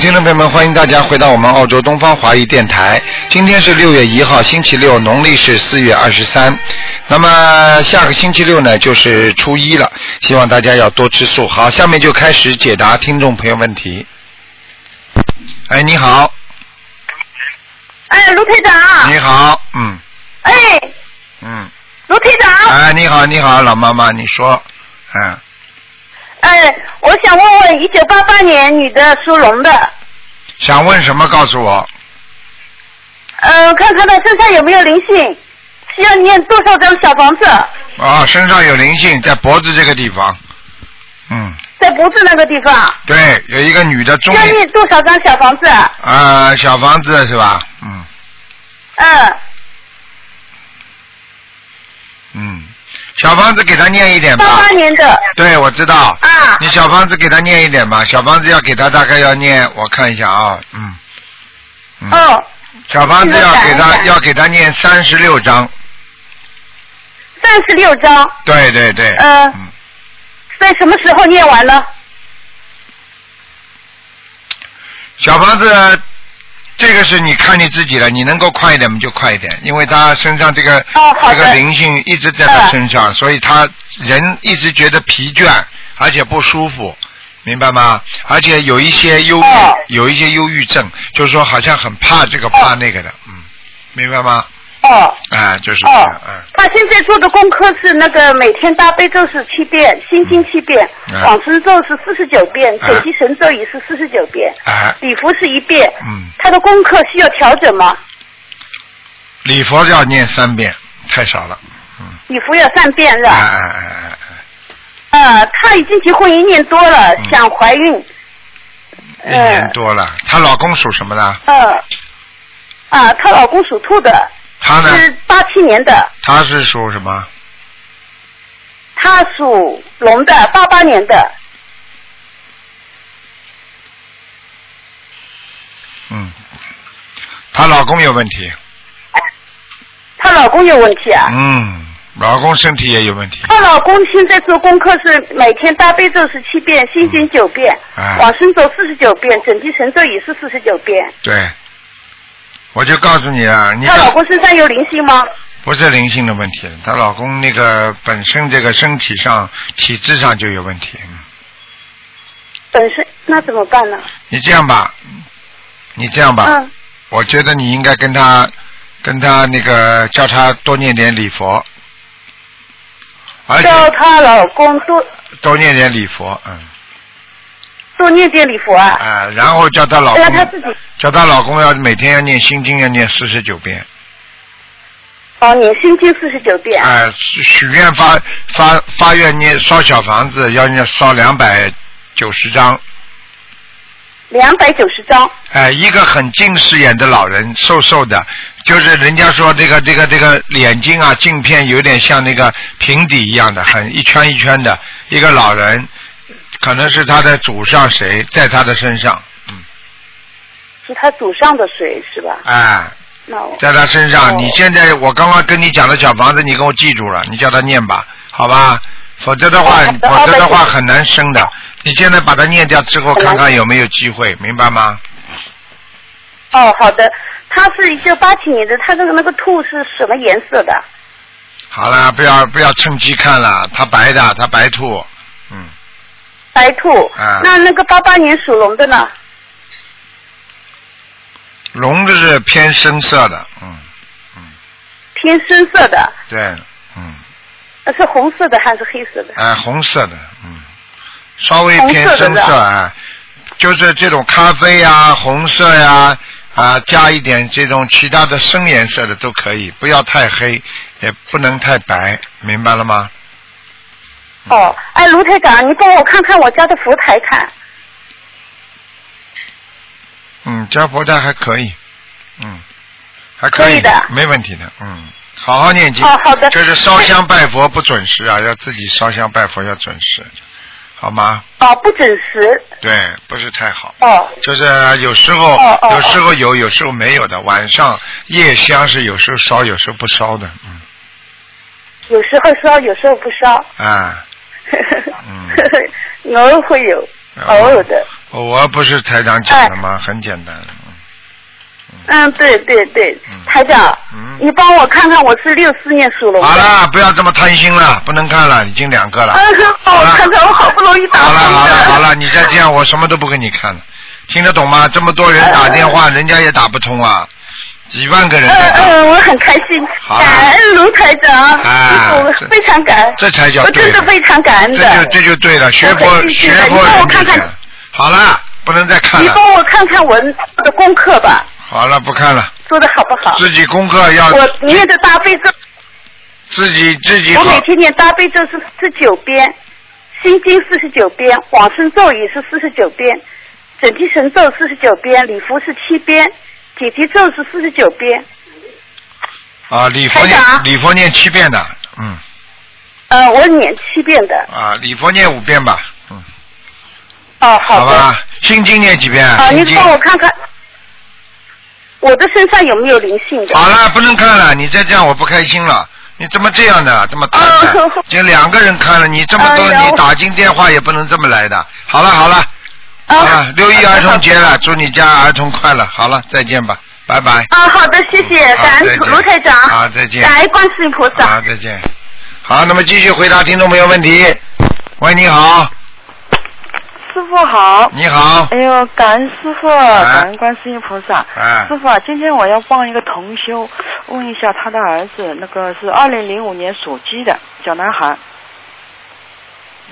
听众朋友们，欢迎大家回到我们澳洲东方华语电台。今天是六月一号，星期六，农历是四月二十三。那么下个星期六呢，就是初一了，希望大家要多吃素。好，下面就开始解答听众朋友问题。哎，你好，哎，卢台长，你好，嗯哎，嗯，卢台长，哎，你好，你好，老妈妈，你说，嗯，哎，我想问问一九八八年女的属龙的，想问什么告诉我？呃，看看她身上有没有灵性，需要念多少张小房子，啊、身上有灵性，在脖子这个地方，嗯，在脖子那个地方，对，有一个女的中需要年。念多少张小房子？啊、小房子是吧？嗯嗯，嗯，小房子给他念一点八吧八。年的，对，我知道。啊你小房子给他念一点吧，小房子要给他大概要念，我看一下啊，嗯，嗯，哦，小房子要给这个感他恩要给他念三十六章，三十六张，对对对，呃嗯，在什么时候念完呢？小房子，这个是你看你自己了，你能够快一点就快一点，因为他身上这个、哦好这的个灵性一直在他身上，所以他人一直觉得疲倦，而且不舒服。明白吗？而且有一些忧郁，哦有一些忧郁症，就是说好像很怕这个怕那个的，嗯，明白吗？哦。哎，就是这哦样，嗯，，他现在做的功课是那个每天大悲咒是七遍，心经七遍嗯，往生咒是四十九遍，嗯准提神咒也是四十九遍，哎，礼佛是一遍。嗯他的功课需要调整吗？礼佛要念三遍，太少了，嗯，礼佛要三遍是哎吧？哎哎哎哎。呃，他已经结婚一年多了，嗯想怀孕。嗯一年多了，她老公属什么的？呃。呃啊，她老公属兔的，她呢？是八七年的，她是属什么？他属龙的，八八年的。嗯，她老公有问题。她老公有问题啊？嗯，老公身体也有问题。她老公现在做功课是每天大悲咒是七遍，心经九遍，哎往生咒四十九遍，准提神咒也是四十九遍。对，我就告诉你啊，你她看老公身上有灵性吗？不是灵性的问题，她老公那个本身这个身体上、体质上就有问题。嗯本身那怎么办呢？你这样吧，你这样吧，嗯，我觉得你应该跟他，跟他那个叫他多念点礼佛，而且叫她老公多多念点礼佛，嗯。多念点礼佛啊，啊、然后叫她老让她公，自己叫她老公要每天要念心经，要念四十九遍。哦念心经四十九遍，啊、许愿发发发愿念烧小房子，要念烧两百九十张。两百九十张。哎、一个很近视眼的老人，瘦瘦的，就是人家说这个这个这个眼睛啊，镜片有点像那个平底一样的，很一圈一圈的一个老人，可能是他的祖上谁在他的身上，嗯，是她祖上的水是吧？哎、那我在他身上。哦你现在我刚刚跟你讲的小房子，你给我记住了，你叫他念吧，好吧？否则的话，哦好否的则的话好的很难生的。你现在把它念掉之后，很难看生看有没有机会，明白吗？哦好的，她是一九八七年的，她这个那个兔是什么颜色的？好了，不要不要趁机看了，他白的，他白兔，嗯，白兔。啊那那个八八年属龙的呢？龙子是偏深色的，嗯，偏深色的，对，嗯，呃是红色的还是黑色的？哎、红色的，嗯，稍微偏红色深的是色吧啊，就是这种咖啡呀、红色呀、啊，加一点这种其他的深颜色的都可以，不要太黑，也不能太白，明白了吗？嗯哦，哎，卢台长，你帮我看看我家的佛台看，嗯，加佛带还可以，嗯，还可可以的没问题的，嗯，好好念经。哦好的就是烧香拜佛不准时啊，要自己烧香拜佛要准时，好吗？哦，不准时，对，不是太好。哦，就是有时候，哦哦有时候有，有时候没有的。晚上夜香是有时候烧，有时候不烧的。嗯有时候烧，有时候不烧，啊，嗯 偶尔会有，偶尔的，我不是台长讲的吗？哎很简单。嗯，对对对，台长，嗯你帮我看看我是六四年属龙的。好了，啊不要这么贪心了，不能看了，已经两个了。嗯，帮我看看，我好不容易打好了通好了的。好了，你再这样，我什么都不给你看了，听得懂吗？这么多人打电话，人家也打不通啊，几万个人嗯在打，嗯，我很开心，好了感恩卢台长，啊我这非常感恩，这才叫我真对的的，非常感恩这的。就这就对了，学我佛很学信任佛你帮我人就看这看样。好了，不能再看你了，帮我看看我的功课吧，好了，不看了，做的好不好？自己功课啊要我念的大悲咒，自己自己我好，每天念大悲咒是四十九遍，心经四十九遍，往生咒也是四十九遍，准提神咒四十九遍，礼佛是七遍，解结咒是四十九遍。啊，礼佛台念长礼佛念七遍的，嗯，呃，我念七遍的。啊，礼佛念五遍吧，嗯，哦，好的。吧，心经念几遍？啊，心你经帮我看看，我的身上有没有灵性的？好了，不能看了，你再这样我不开心了。你怎么这样的？这么贪的哦？这两个人看了，你这么多，哎呀你我打进电话也不能这么来的。好了好了，好啊了，六一儿童节了，祝你家儿童快乐。好了，再见吧，拜拜。啊，好的，谢谢，嗯好感再恩见卢台长，好再见啊感恩观世音菩萨。好，再见。好，那么继续回答听众朋友问题。喂，你好，师傅好。你好，哎呦，感恩师傅，感恩观世音菩萨。哎师傅啊，今天我要帮一个同修，问一下他的儿子，那个是二零零五年属鸡的小男孩，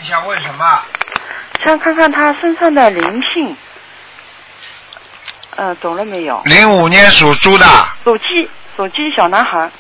你想问什么？想看看他身上的灵性。嗯、懂了没有？零五年属猪的，属鸡，属鸡小男孩。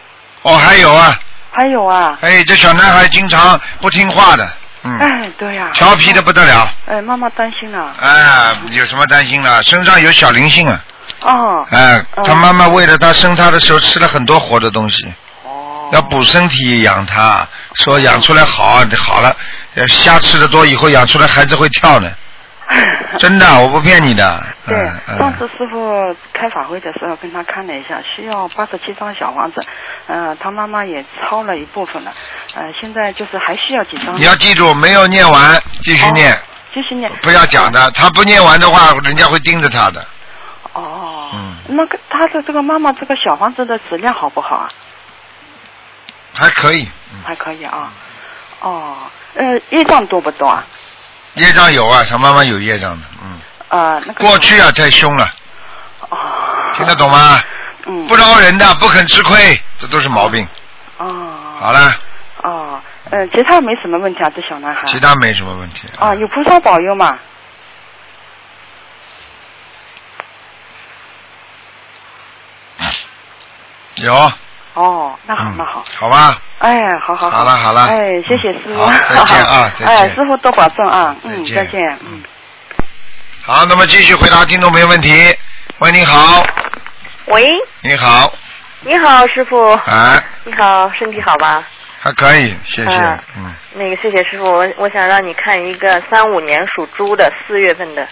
哦，还有啊，还有啊，哎，这小男孩经常不听话的，嗯，哎，对呀、调皮的不得了。哎，妈妈担心了。啊，有什么担心的？身上有小灵性啊！哦。啊，嗯他妈妈为了他生他的时候吃了很多活的东西，哦。要补身体养他，说养出来好好了，呃虾吃的多以后养出来孩子会跳呢，真的，啊我不骗你的。对嗯，上嗯，次师傅开法会的时候跟他看了一下，需要八十七张小房子，呃，他妈妈也抄了一部分了，呃，现在就是还需要几张你，要记住，没有念完继续念，继续念。不要讲的，他不念完的话，人家会盯着他的。哦，嗯那个他的这个妈妈这个小房子的质量好不好啊？还可以，还可以啊。哦，呃，业障多不多啊？业障有啊，他妈妈有业障的，嗯，呃，那个过去啊太凶了，哦，听得懂吗？嗯，不饶人的，不肯吃亏，这都是毛病。哦好了，哦，嗯，其他没什么问题啊，这小男孩。其他没什么问题。啊，有菩萨保佑嘛？有，哦，那好，嗯那好。，好吧，哎，好好好了好了哎，谢谢师傅，好再见 啊再见哎，师傅多保重啊，嗯，再见再见，嗯。好，那么继续回答听众朋友问题。喂，你好，喂，你好，你好，师傅，哎，你好，身体好吧？还可以，谢谢哎啊，嗯，那个，谢谢师傅，我我想让你看一个三五年属猪的四月份的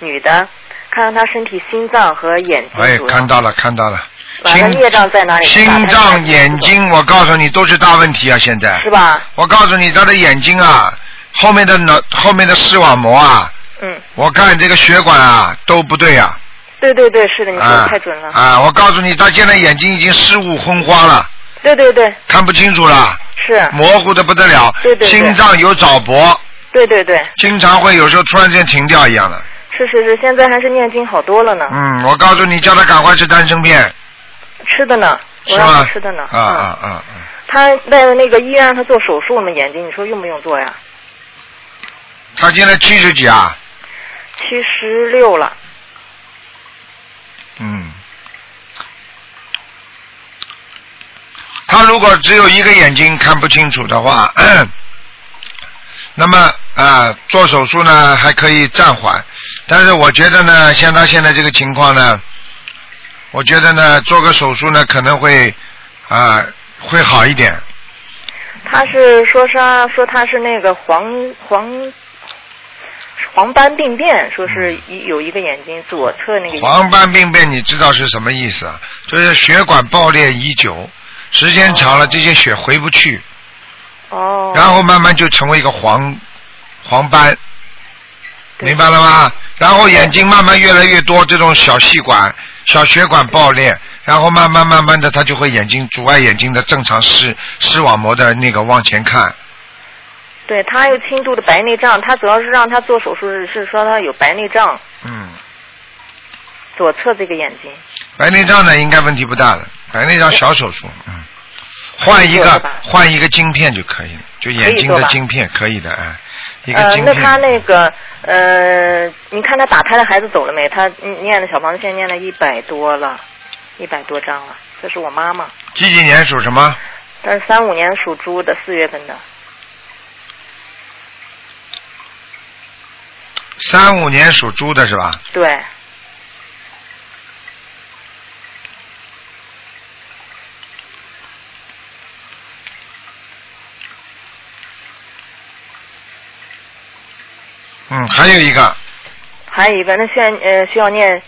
女的，看看她身体、心脏和眼睛哎，主要看到了，看到了，完了业障在哎哪里心打开脏、看眼睛，我告诉你都是大问题啊！现在是，吧？我告诉你，他的眼睛啊，后面的脑，后面的视网膜啊，嗯，我看这个血管啊都不对啊，对对对，是的，你说啊的太准了。啊！我告诉你，他现在眼睛已经视物昏花了，对对对，看不清楚了，是，模糊的不得了。对对对心脏有早搏，对对对，经常会有时候突然间停掉一样的。是是是，现在还是念经好多了呢，嗯，我告诉你，叫他赶快吃丹参片，吃的呢，我是让吧她？吃的呢。啊啊啊！嗯，啊她在那个医院让她做手术嘛，眼睛，你说用不用做呀？他现在七十几啊，七十六了。嗯。他如果只有一个眼睛看不清楚的话， 那么啊、做手术呢还可以暂缓，但是我觉得呢，像他现在这个情况呢，我觉得呢，做个手术呢可能会啊、会好一点，他是说他说他是那个黄黄黄斑病变，说是一有一个眼睛左侧那个眼睛嗯黄斑病变你知道是什么意思啊？就是血管爆裂已久，时间长了这些血回不去，哦，然后慢慢就成为一个黄黄斑，对明白了吗？然后眼睛慢慢越来越多这种小细管、小血管爆裂，然后慢慢慢慢的，它就会眼睛阻碍眼睛的正常视视网膜的那个往前看。对他有轻度的白内障，他主要是让他做手术是是说他有白内障，嗯，左侧这个眼睛。白内障呢应该问题不大的，白内障小手术，嗯，换一可以做是个吧换一个晶片就可以了，就眼睛可以做的吧晶片可以的啊，一个呃，晶那片。他那个呃，你看他打胎的孩子走了没？他嗯念的小房子现在念了一百多了，一百多张了。这是我妈妈，几几年属什么？她是三五年属猪的，四月份的。三五年属猪的是吧？对，嗯，还有一个还有一个，那现在呃需要念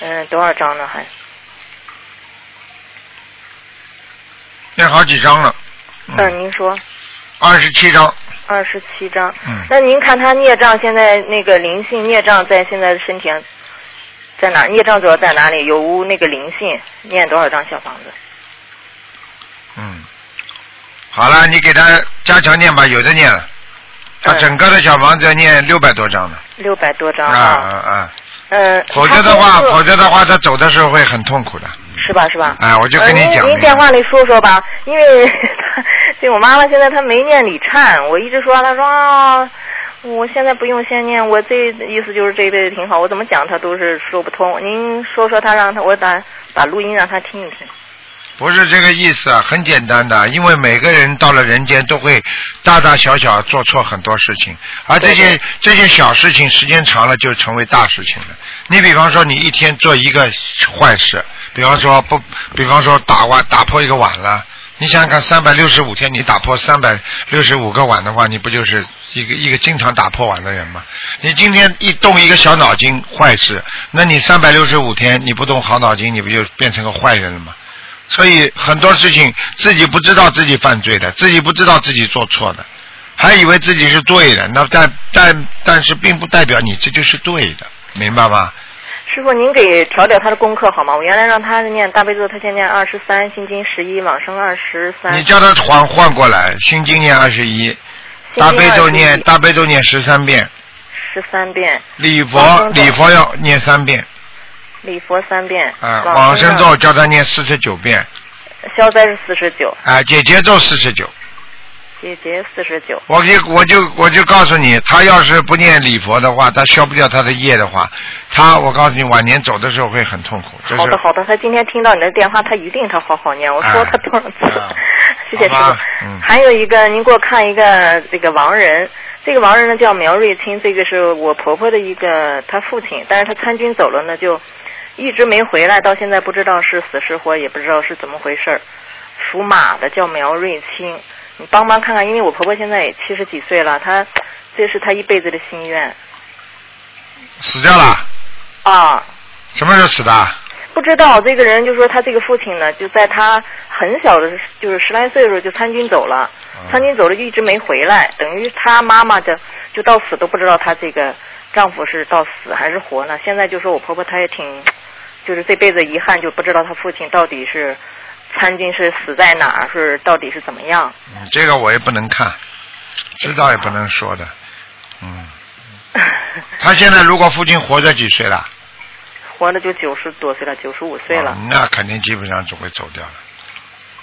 嗯、呃、多少张呢？还念好几张了，嗯、您说二十七张。二十七张。嗯那您看他孽障现在那个灵性孽障在现在的身体上在哪？孽障主要在哪里？有无那个灵性？念多少张小房子？嗯，好了，你给他加强念吧，有的念了。他嗯整个的小房子要念六百多张呢。六百多张啊啊啊！嗯，否则的他话，工作否则的话，他走的时候会很痛苦的。是吧是吧？哎我就跟你讲呃您您这个电话里说说吧，因为 她对我妈妈现在她没念李忏，我一直说她说啊，我现在不用先念，我这意思就是这一辈子挺好，我怎么讲她都是说不通。您说说她让她我打把录音让她听一听。不是这个意思啊，很简单的，因为每个人到了人间都会大大小小做错很多事情，而这些这些小事情时间长了就成为大事情了。你比方说，你一天做一个坏事，比方说不，比方说打碗打破一个碗了。你想想看，三百六十五天你打破三百六十五个碗的话，你不就是一个一个经常打破碗的人吗？你今天一动一个小脑筋坏事，那你三百六十五天你不动好脑筋，你不就变成个坏人了吗？所以很多事情自己不知道自己犯罪的，自己不知道自己做错的，还以为自己是对的，那但但但是并不代表你这就是对的，明白吗？师傅，您给调调她的功课好吗？我原来让她念大悲咒，她现在二十三，心经十一，往生二十三，你叫他换换过来，心经念二十一，大悲咒念大悲咒念十三遍，十三遍，礼往佛生咒礼佛要念三遍，礼佛三遍，啊、往生咒咒叫他念四十九遍，消灾是四十九，啊、解结咒四十九。解结四十九。我给我就我就告诉你，他要是不念礼佛的话，他消不掉他的业的话，他我告诉你，晚年走的时候会很痛苦。就是、好的好的，他今天听到你的电话，他一定他好好念。我说哎他多少次？啊 谢谢师好傅吧。嗯还有一个，您给我看一个这个亡人，这个亡人呢叫苗瑞清，这个是我婆婆的一个她父亲，但是他参军走了呢，就一直没回来，到现在不知道是死是活，也不知道是怎么回事儿。属马的叫苗瑞清，你帮忙看看，因为我婆婆现在也七十几岁了，她这是她一辈子的心愿死掉了，啊。什么时候死的？不知道这个人就说他这个父亲呢，就在他很小的，就是十来岁的时候就参军走了，啊参军走了就一直没回来，等于他妈妈的就到死都不知道他这个丈夫是到死还是活呢。现在就说我婆婆她也挺，就是这辈子遗憾就不知道她父亲到底是参军是死在哪儿，是到底是怎么样。 嗯，这个我也不能看，知道也不能说的。嗯，他现在如果父亲活着几岁了？活了就九十多岁了，九十五岁了哦，那肯定基本上就会走掉了。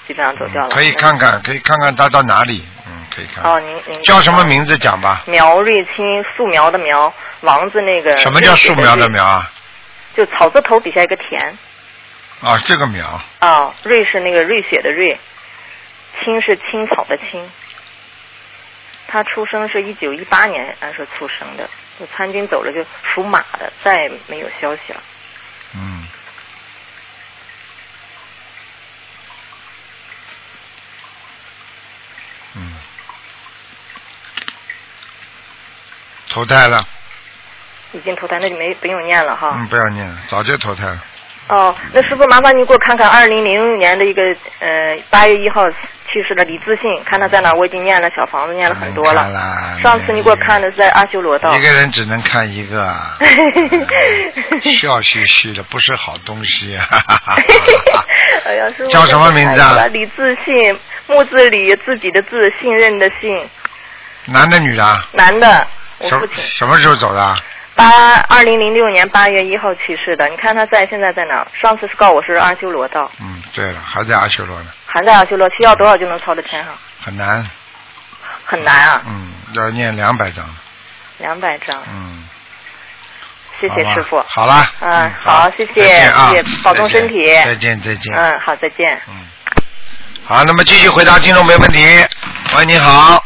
就这样走掉了。嗯可以看看，可以看看他到哪里。嗯，可以看。哦，您您叫什么？名字讲吧？苗瑞清，素描的描，王字那个。什么叫树苗的？苗啊？就草字头底下一个田啊，这个苗。啊，瑞是那个瑞雪的瑞，青是青草的青。他出生是一九一八年，按说出生的，就参军走了，就属马的，再也没有消息了。嗯，嗯，投胎了，啊已经投胎，那就没不用念了哈。嗯，不要念了，早就投胎了。哦，那师傅麻烦您给我看看二零零六年的一个呃八月一号去世了李自信，看他在哪儿，我已经念了小房子，念了很多嗯能了。看啦上次你给我看的是在阿修罗道。一个人只能看一个 啊，笑嘻嘻的不是好东西啊！ 哎呀，师傅叫什么名字啊太好了李自信，木字李，自己的自，信任的信，男的女的啊？男的，我什父么亲，什么时候走的啊？八二零零六年八月一号去世的。你看他在现在在哪儿？上次是告我是阿修罗道，嗯，对了，还在阿修罗呢，还在阿修罗，需要多少就能超得天上？很难，很难啊，嗯，要念两百张，两百张。嗯，谢谢好吧师傅。好啦，嗯好好，谢谢再见啊谢谢保重身体再见，再见，嗯，好，再见。嗯，好，那么继续回答听众没问题。喂，你好，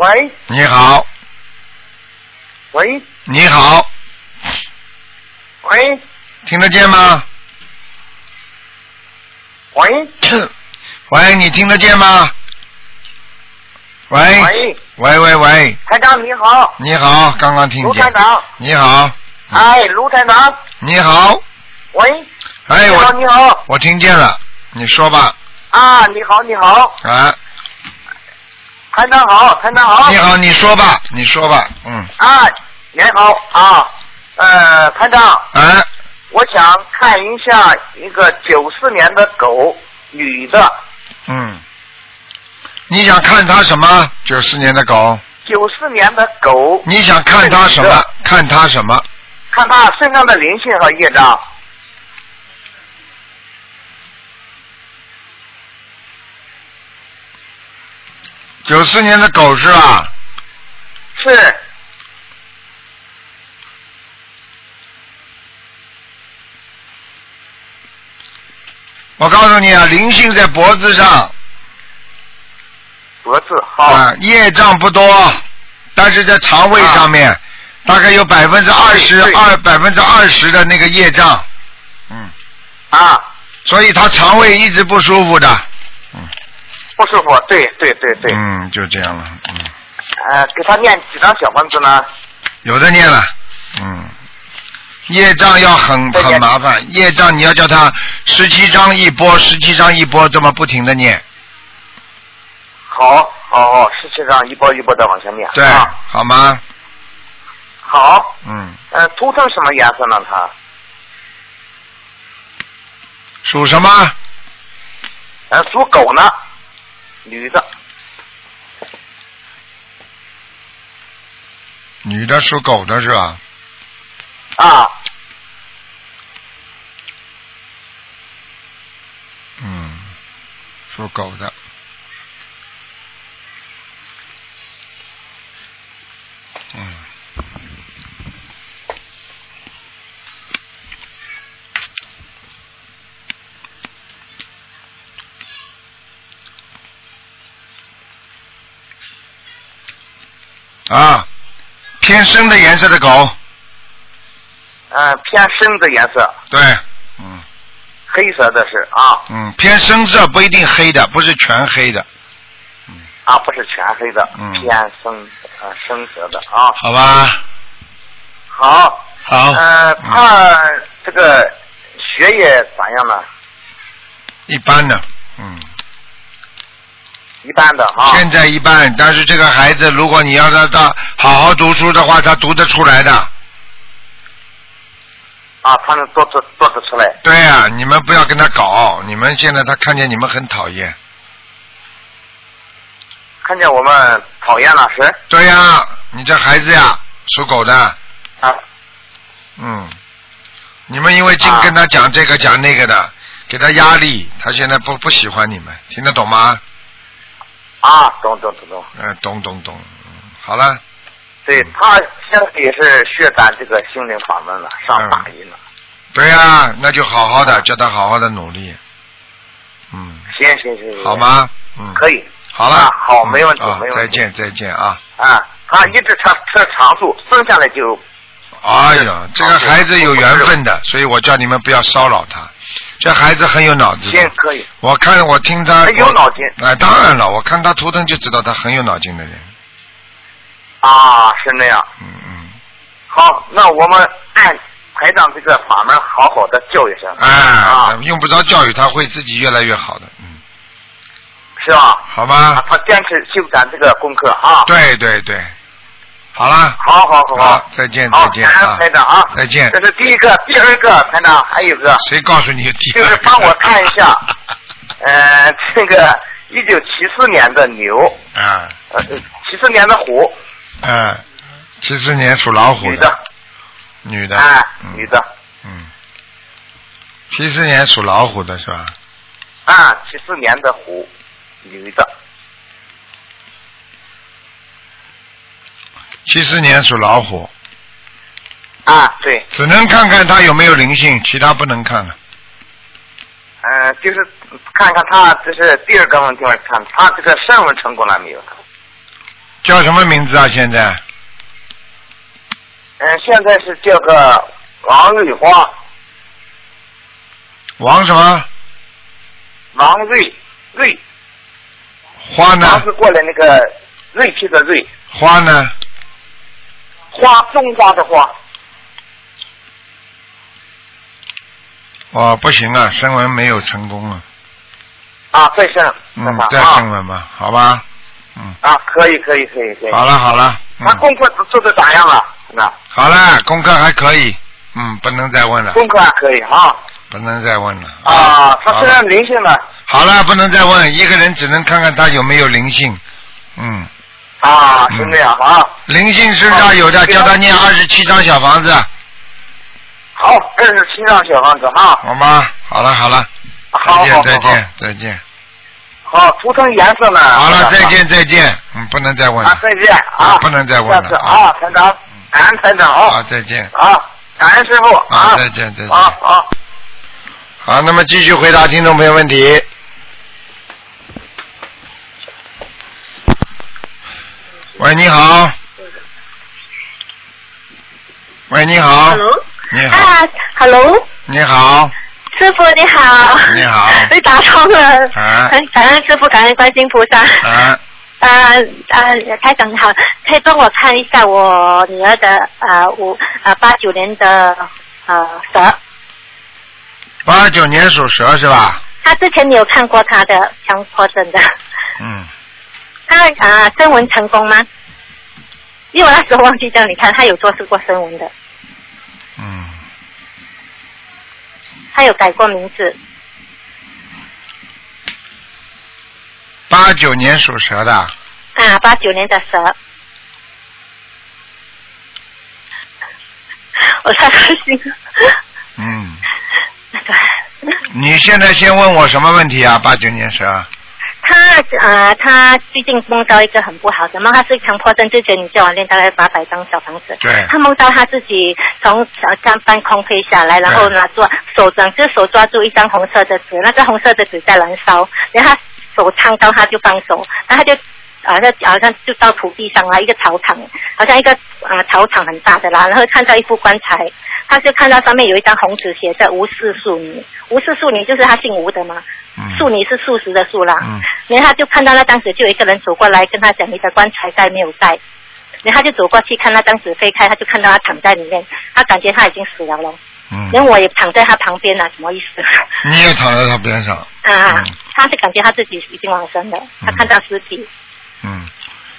喂你好，喂你好，喂听得见吗？喂 喂，你听得见吗？喂，喂，喂喂喂，台长你好，你好，刚刚听卢台见。长，你好，哎，卢台长，你好，喂，哎，你好我你好我听见了，你说吧，啊，你好你好，啊，台长好，台长好你，好，你说吧，你说吧，嗯，啊，你好啊，呃，台长，啊，我想看一下一个九四年的狗，女的，嗯，你想看他什么？九四年的狗，九四年的狗，你想看他什么？看他什么？看她身上的灵性和业障，九四年的狗是吧？是我告诉你啊，灵性在脖子上，脖子好，啊，业障不多，但是在肠胃上面，大概有百分之二十啊对二、百分之二十的那个业障，嗯，啊，所以他肠胃一直不舒服的，不舒服，对对对对，嗯，就这样了，嗯，呃，给她念几张小房子呢？有的念了，嗯，业障要很再见很麻烦，业障你要叫他十七章一波，十七章一波这么不停的念，好，哦好，好，十七张一波一波的往下面。对，啊、好吗？好，嗯，呃，图腾什么颜色呢？它，属什么？呃，属狗呢，女的，女的属狗的是吧？啊，嗯，属狗的。嗯，啊，偏深的颜色的狗，呃，偏深的颜色，对，嗯黑色的是啊，嗯，偏深色不一定黑的，不是全黑的，啊，不是全黑的，嗯偏深，呃，深色的啊。好吧？好，好，呃，嗯他这个学业咋样呢？一般的，嗯，一般的啊。现在一般，但是这个孩子，如果你要让他好好读书的话，他读得出来的。啊，他能做做做得出来对呀、你们不要跟他搞，你们现在他看见你们很讨厌。看见我们讨厌老师对呀、你这孩子呀，属狗的，啊嗯，你们因为净啊跟他讲这个讲那个的，给他压力，他现在不不喜欢你们，听得懂吗？啊，懂懂懂懂。嗯、懂懂懂，嗯好了，嗯对他现在也是学咱这个心灵法门了，嗯上大一了。对呀、那就好好啊的叫他好好的努力，嗯，行行行，行好？吗？嗯，可以好了啊，好嗯没问题啊没问题再见，再见啊！啊，他一直吃吃长素，生下来就嗯哎呀，这个孩子有缘分的，所以我叫你们不要骚扰他。这孩子很有脑子行的，可以。我看我听他他有脑筋哎，当然了，我看他图腾就知道他很有脑筋的人。啊，是那样。嗯嗯，好，那我们按排长这个法门好好的教育一下。哎啊，，用不着教育，他会自己越来越好的。嗯，是吧？好啊吧，？他坚持修咱这个功课啊。。对对对，好了，好好好好，再见再好，见感啊恩台，长啊，再见这是第一个，第二个台长还有一个，谁告诉你第二就个？是帮我看一下呃，这个一九七四年的牛，啊，呃，七四年的虎，嗯，七四年属老虎女的，女的，哎，嗯女的，嗯，七四年属老虎的是吧？啊，七四年的虎，女的，七四年属老虎，啊，对，只能看看他有没有灵性，其他不能看了。嗯、就是看看他，这是第二个问题，我看他这个上文成功了没有？叫什么名字啊？现在嗯、现在是叫个王瑞花，王什么王瑞瑞，花王呢是？过来那个瑞气的瑞，花呢？花中花的花，哦，不行啊，声纹没有成功啊。啊，再生，嗯那啥，再声纹吧，好吧。嗯，啊，啊，可以可以可以可以，好了好了，嗯他，功课做的咋样了？那好了，功课还可以，嗯，不能再问了，功课还可以哈，不能再问了。啊，他好虽了然灵性了，好了，不能再问，一个人只能看看他有没有灵性。嗯，啊，嗯是这样啊，灵性身上有的，好叫他念二十七张小房子，好，二十七张小房子哈，好吗？好了好了，好再好见好再见再见。好，好图腾颜色呢？好了，再见再见，嗯，不能再问啊了，，再见啊，不能再问下了次啊啊，团长，感恩团长好啊，再见。啊，感恩师傅啊啊，再见再见啊啊。好，那么继续回答听众朋友问题。喂，你好。喂，你好。 Hello。你好，啊，Hello，你好，师傅你好。 你好 被打 通了。啊很感恩师傅，感恩观世音菩萨。啊，啊啊，台长好，可以帮我看一下我女儿的啊五啊八九年的呃蛇，八九年属蛇是吧？她之前你有看过她的强迫症的，嗯，她啊声纹成功吗？因为我那时候忘记叫你看，她有做出过声纹的，嗯，她有改过名字，八九年属蛇的，啊，八九年的蛇。 我太开心了。嗯，那个，你现在先问我什么问题啊？八九年蛇， 他呃，他最近梦到一个很不好的梦，他是强迫症，之前你叫我练大概八百张小房子。对他梦到他自己从小站半空飞下来，然后对拿住手掌，就手抓住一张红色的纸，那个红色的纸在燃烧，然后他手烫到他就放手，然后他就好像好像就到土地上了，一个草场，好像一个呃草场很大的啦，然后看到一副棺材，他就看到上面有一张红纸写着“无事庶女”，无事庶女就是他姓吴的嘛，嗯，庶女是素食的素啦，嗯然后他就看到那张纸，就有一个人走过来跟他讲：“你的棺材盖没有盖。”然后他就走过去看那张纸飞开，他就看到他躺在里面，他感觉他已经死了咯。嗯，然后我也躺在他旁边啊了，什么意思？ 你也躺在他边上，啊嗯，他是感觉他自己已经往生了，他看到尸体。嗯，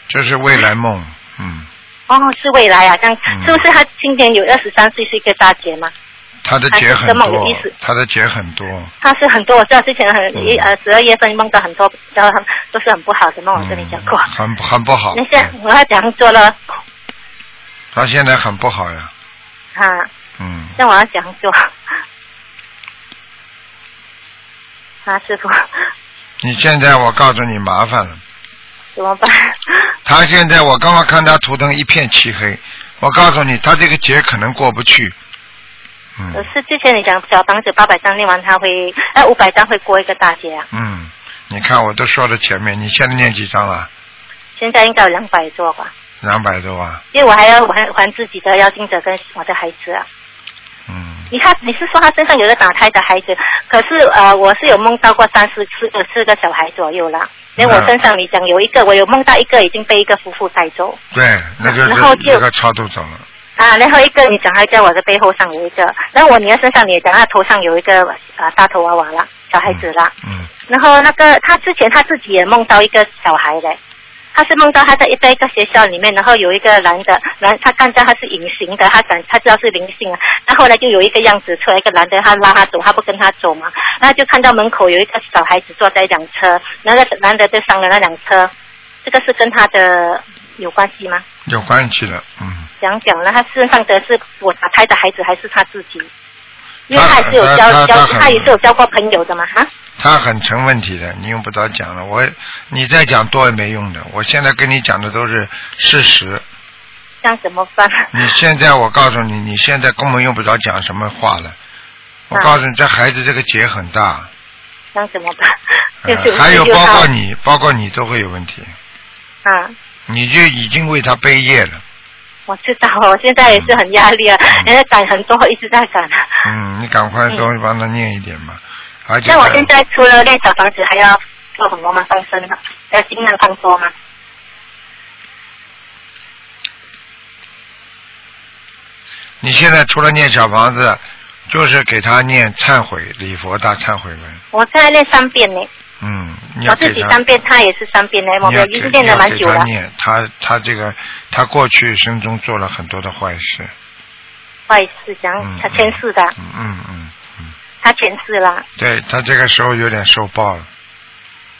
这是未来梦，嗯，哦，是未来啊，这样嗯是不是他今年有二十三岁是一个大姐嘛？他的劫很他啊是这么有多意思，他的劫很多，他是很多，我知道之前很嗯一呃十二月份梦到很多比较都是很不好的梦，我跟你讲过。嗯很很不好哦嗯那。现在我要怎样做呢？他现在很不好呀，啊，嗯，那我要讲究。 啊，师傅，你现在我告诉你麻烦了，怎么办？他现在我刚刚看他图腾一片漆黑，我告诉你，他这个劫可能过不去，嗯可呃是之前你讲小房子八百张念完，他会哎五百张会过一个大劫啊。嗯，你看我都说了前面，你现在念几张了？现在应该有两百多吧，两百多啊，因为我还要还还自己的邀请者跟我的孩子啊。嗯，你看，你是说他身上有个打胎的孩子，可是呃，我是有梦到过三四次个四个小孩左右啦。连我嗯身上你讲有一个，我有梦到一个已经被一个夫妇带走。对，那就然后是就一个超度走了，啊，然后一个你讲还在我的背后上有一个，然后我女儿身上你也讲她头上有一个啊大头娃娃啦，小孩子啦。嗯然后那个他之前他自己也梦到一个小孩嘞，他是梦到他在一在一个学校里面，然后有一个男的，男他看到他是隐形的，他感他知道是灵性啊，那后来就有一个样子出来一个男的，他拉他走，他不跟他走嘛，那就看到门口有一个小孩子坐在一辆车，那个男的就上了那辆车，这个是跟他的有关系吗？有关系的，嗯，讲讲呢，他身上的是我打胎的孩子还是他自己？因为他他也是有他交他交，他很他也是有交过朋友的嘛，哈、他很成问题的，你用不着讲了，我你再讲多也没用的，我现在跟你讲的都是事实。这样怎么办？你现在我告诉你，你现在根本用不着讲什么话了。我啊告诉你，这孩子这个结很大，这样怎么 办？啊就呃是还有就包他括你，包括你都会有问题。啊，你就已经为他背业了，我知道，我现在也是很压力啊，人家赶很多，一直在赶。啊嗯，你赶快多帮他念一点嘛。而且那我还现在除了练小房子，还要做什么吗？放生吗？要尽量放多吗？你现在除了念小房子，就是给他念忏悔礼佛大忏悔文，我现在练三遍呢，嗯，你我要给自己他三遍，他也是三遍呢，我你们要给已经练了蛮久你要给了他，念他他这个他过去生中做了很多的坏事，坏事讲嗯，他前世的，嗯嗯嗯嗯，他前世啦，对他这个时候有点受报了，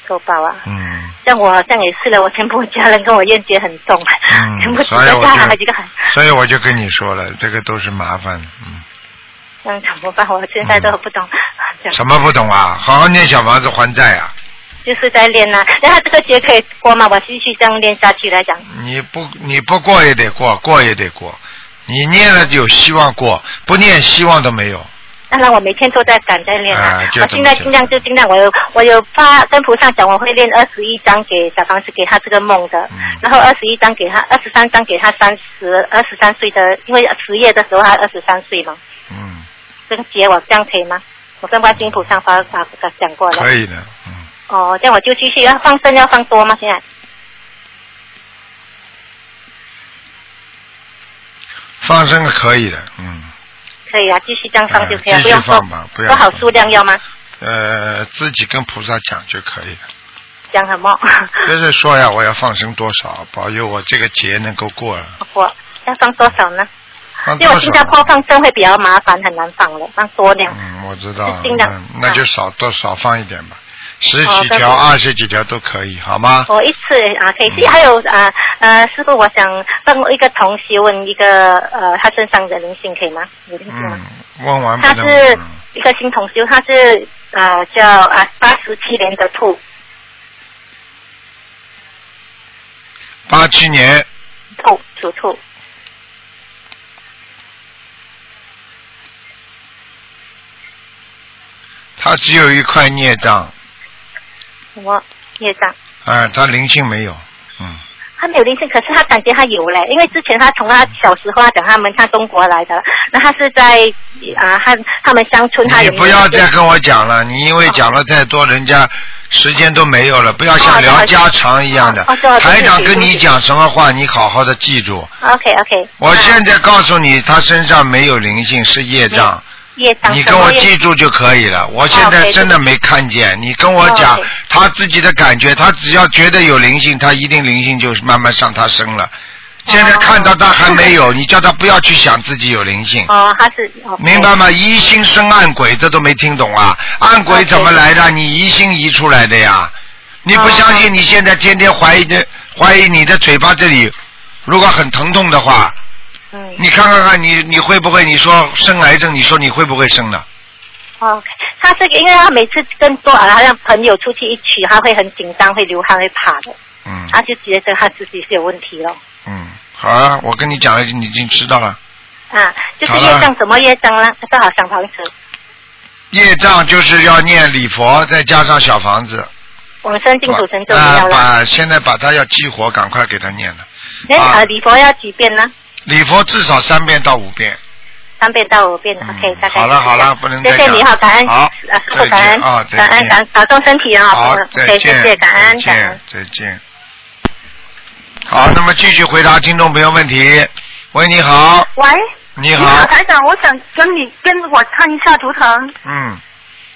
受报啊。嗯像我好像也是了，我全部家人跟我怨结很重， 全部嗯，几所以个我家还有就几个很，所以我就跟你说了，这个都是麻烦，嗯。这样怎么办？我现在都不懂，这样什么不懂啊？好好念小房子还债啊！就是在练呐、那啊他这个节可以过吗？我继续这样练下去来讲。你不你不过也得过，过也得过。你念了有希望过，不念希望都没有。当然，我每天都在赶在练 啊啊就我这么现在讲尽量就尽量，我有我有发跟菩萨讲，我会练二十一章给小房子给他这个梦的，嗯然后二十一章给他，二十三章给他三十二十三岁的，因为十月的时候他二十三岁嘛，嗯，这个节我这样可以吗？我跟观世音菩萨发发发讲过了可，以的，嗯，哦，这样我就继续要放生要放多吗？现在放生可以的，嗯，可以啊，继续这样放就可以、啊继续了，不用说放吧不要好数量要吗？呃，自己跟菩萨讲就可以了。讲什么？ 就是说呀，我要放生多少，保佑我这个劫能够过了。我要放多少呢？放哦因多为少我？新加坡放生会比较麻烦，很难放了，放多点。嗯，我知道，是新加坡嗯那就少多少放一点吧，十哦几但是条、二十几条都可以，好吗？我一次啊，可以是还有啊呃，师傅，我想问一个同学，问一个呃，他身上的灵性可以吗？有灵性吗？嗯，问完不他能是嗯一个新同修，他是呃叫啊八十七年的兔，八七年，兔属兔，他只有一块孽障，什么业障？啊、他灵性没有，嗯，他没有灵性，可是他感觉他有嘞，因为之前他从他小时候，他讲他们他中国来的，那他是在啊他他们乡村，他你有不要再跟我讲了，你因为讲了太多，人家时间都没有了，不要像哦聊家常一样的哦对不。起台长对不啊跟起你讲什么话，你好好的记住。 OK OK，我现在告诉你，他身上没有灵性，是业障，业障，你跟我什么业哦记住就可以了。我现在 OK，真的没看见，你跟我讲哦，OK 他自己的感觉，他只要觉得有灵性，他一定灵性就慢慢上他身了。现哦在看到他还没有，你叫他不要去想自己有灵性。哦，他是哦，明白吗？疑心生暗鬼，这都没听懂啊！暗鬼怎么来的？你疑心疑出来的呀！你不相哦信？你现在天天怀疑这，怀疑你的嘴巴这里，如果很疼痛的话，嗯你看看看你你会不会？你说生癌症，你说你会不会生呢？ ，OK，他这个，因为他每次跟多啊，好像朋友出去一起，他会很紧张，会流汗，会怕的，嗯他就觉得他自己是有问题了。嗯，好啊，我跟你讲了，你已经知道了。啊，就是好了业障什么业障啦？正好想房子，业障就是要念礼佛，再加上小房子。我们生净土神咒没啊有，了。把现在把它要激活，赶快给他念了。那啊呃，礼佛要几遍呢？礼佛至少三遍到五遍。三遍到五遍嗯，OK，大概好是这样。了好了不能谢再谢讲你哈，感恩，好呃师傅感再恩，见啊再见感恩感保重身体啊，好，嗯再对见，谢谢，感再恩感恩见。，再见。好，那么继续回答听众朋友问题。喂，你好，喂，你你好，好，台长，我想跟你跟我看一下图腾。嗯，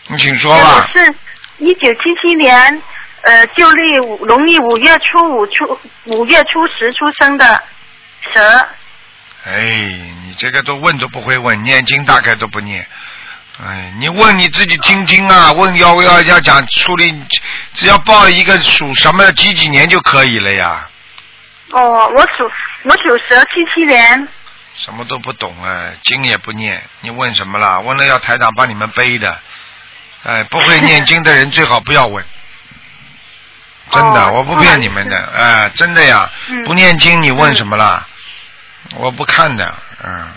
你请说我吧。是一九七七年，呃，旧历五农历五月初五初五月初十出生的蛇，哎，你这个都问都不会问，念经大概都不念。哎，你问你自己听听啊，问要要要讲处理，只要报一个属什么几几年就可以了呀。哦，我属我属蛇，七七年，什么都不懂啊，经也不念，你问什么啦？问了要台长帮你们背的。哎，不会念经的人最好不要问。真的，哦我不骗你们的，哎，真的呀，嗯不念经你问什么啦？我不看的，嗯，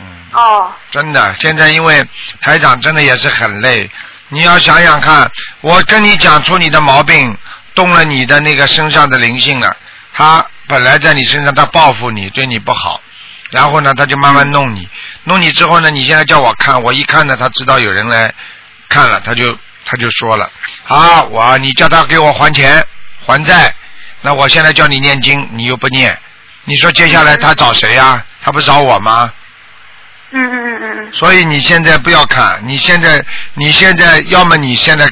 嗯。哦，真的，现在因为台长真的也是很累，你要想想看，我跟你讲出你的毛病，动了你的那个身上的灵性了，他本来在你身上他报复你，对你不好，然后呢他就慢慢弄你，弄你之后呢，你现在叫我看，我一看呢，他知道有人来看了，他就他就说了，啊，我你叫他给我还钱还债，那我现在叫你念经，你又不念，你说接下来他找谁呀、他不找我吗？嗯嗯嗯嗯所以你现在不要看，你现在你现在要么你现在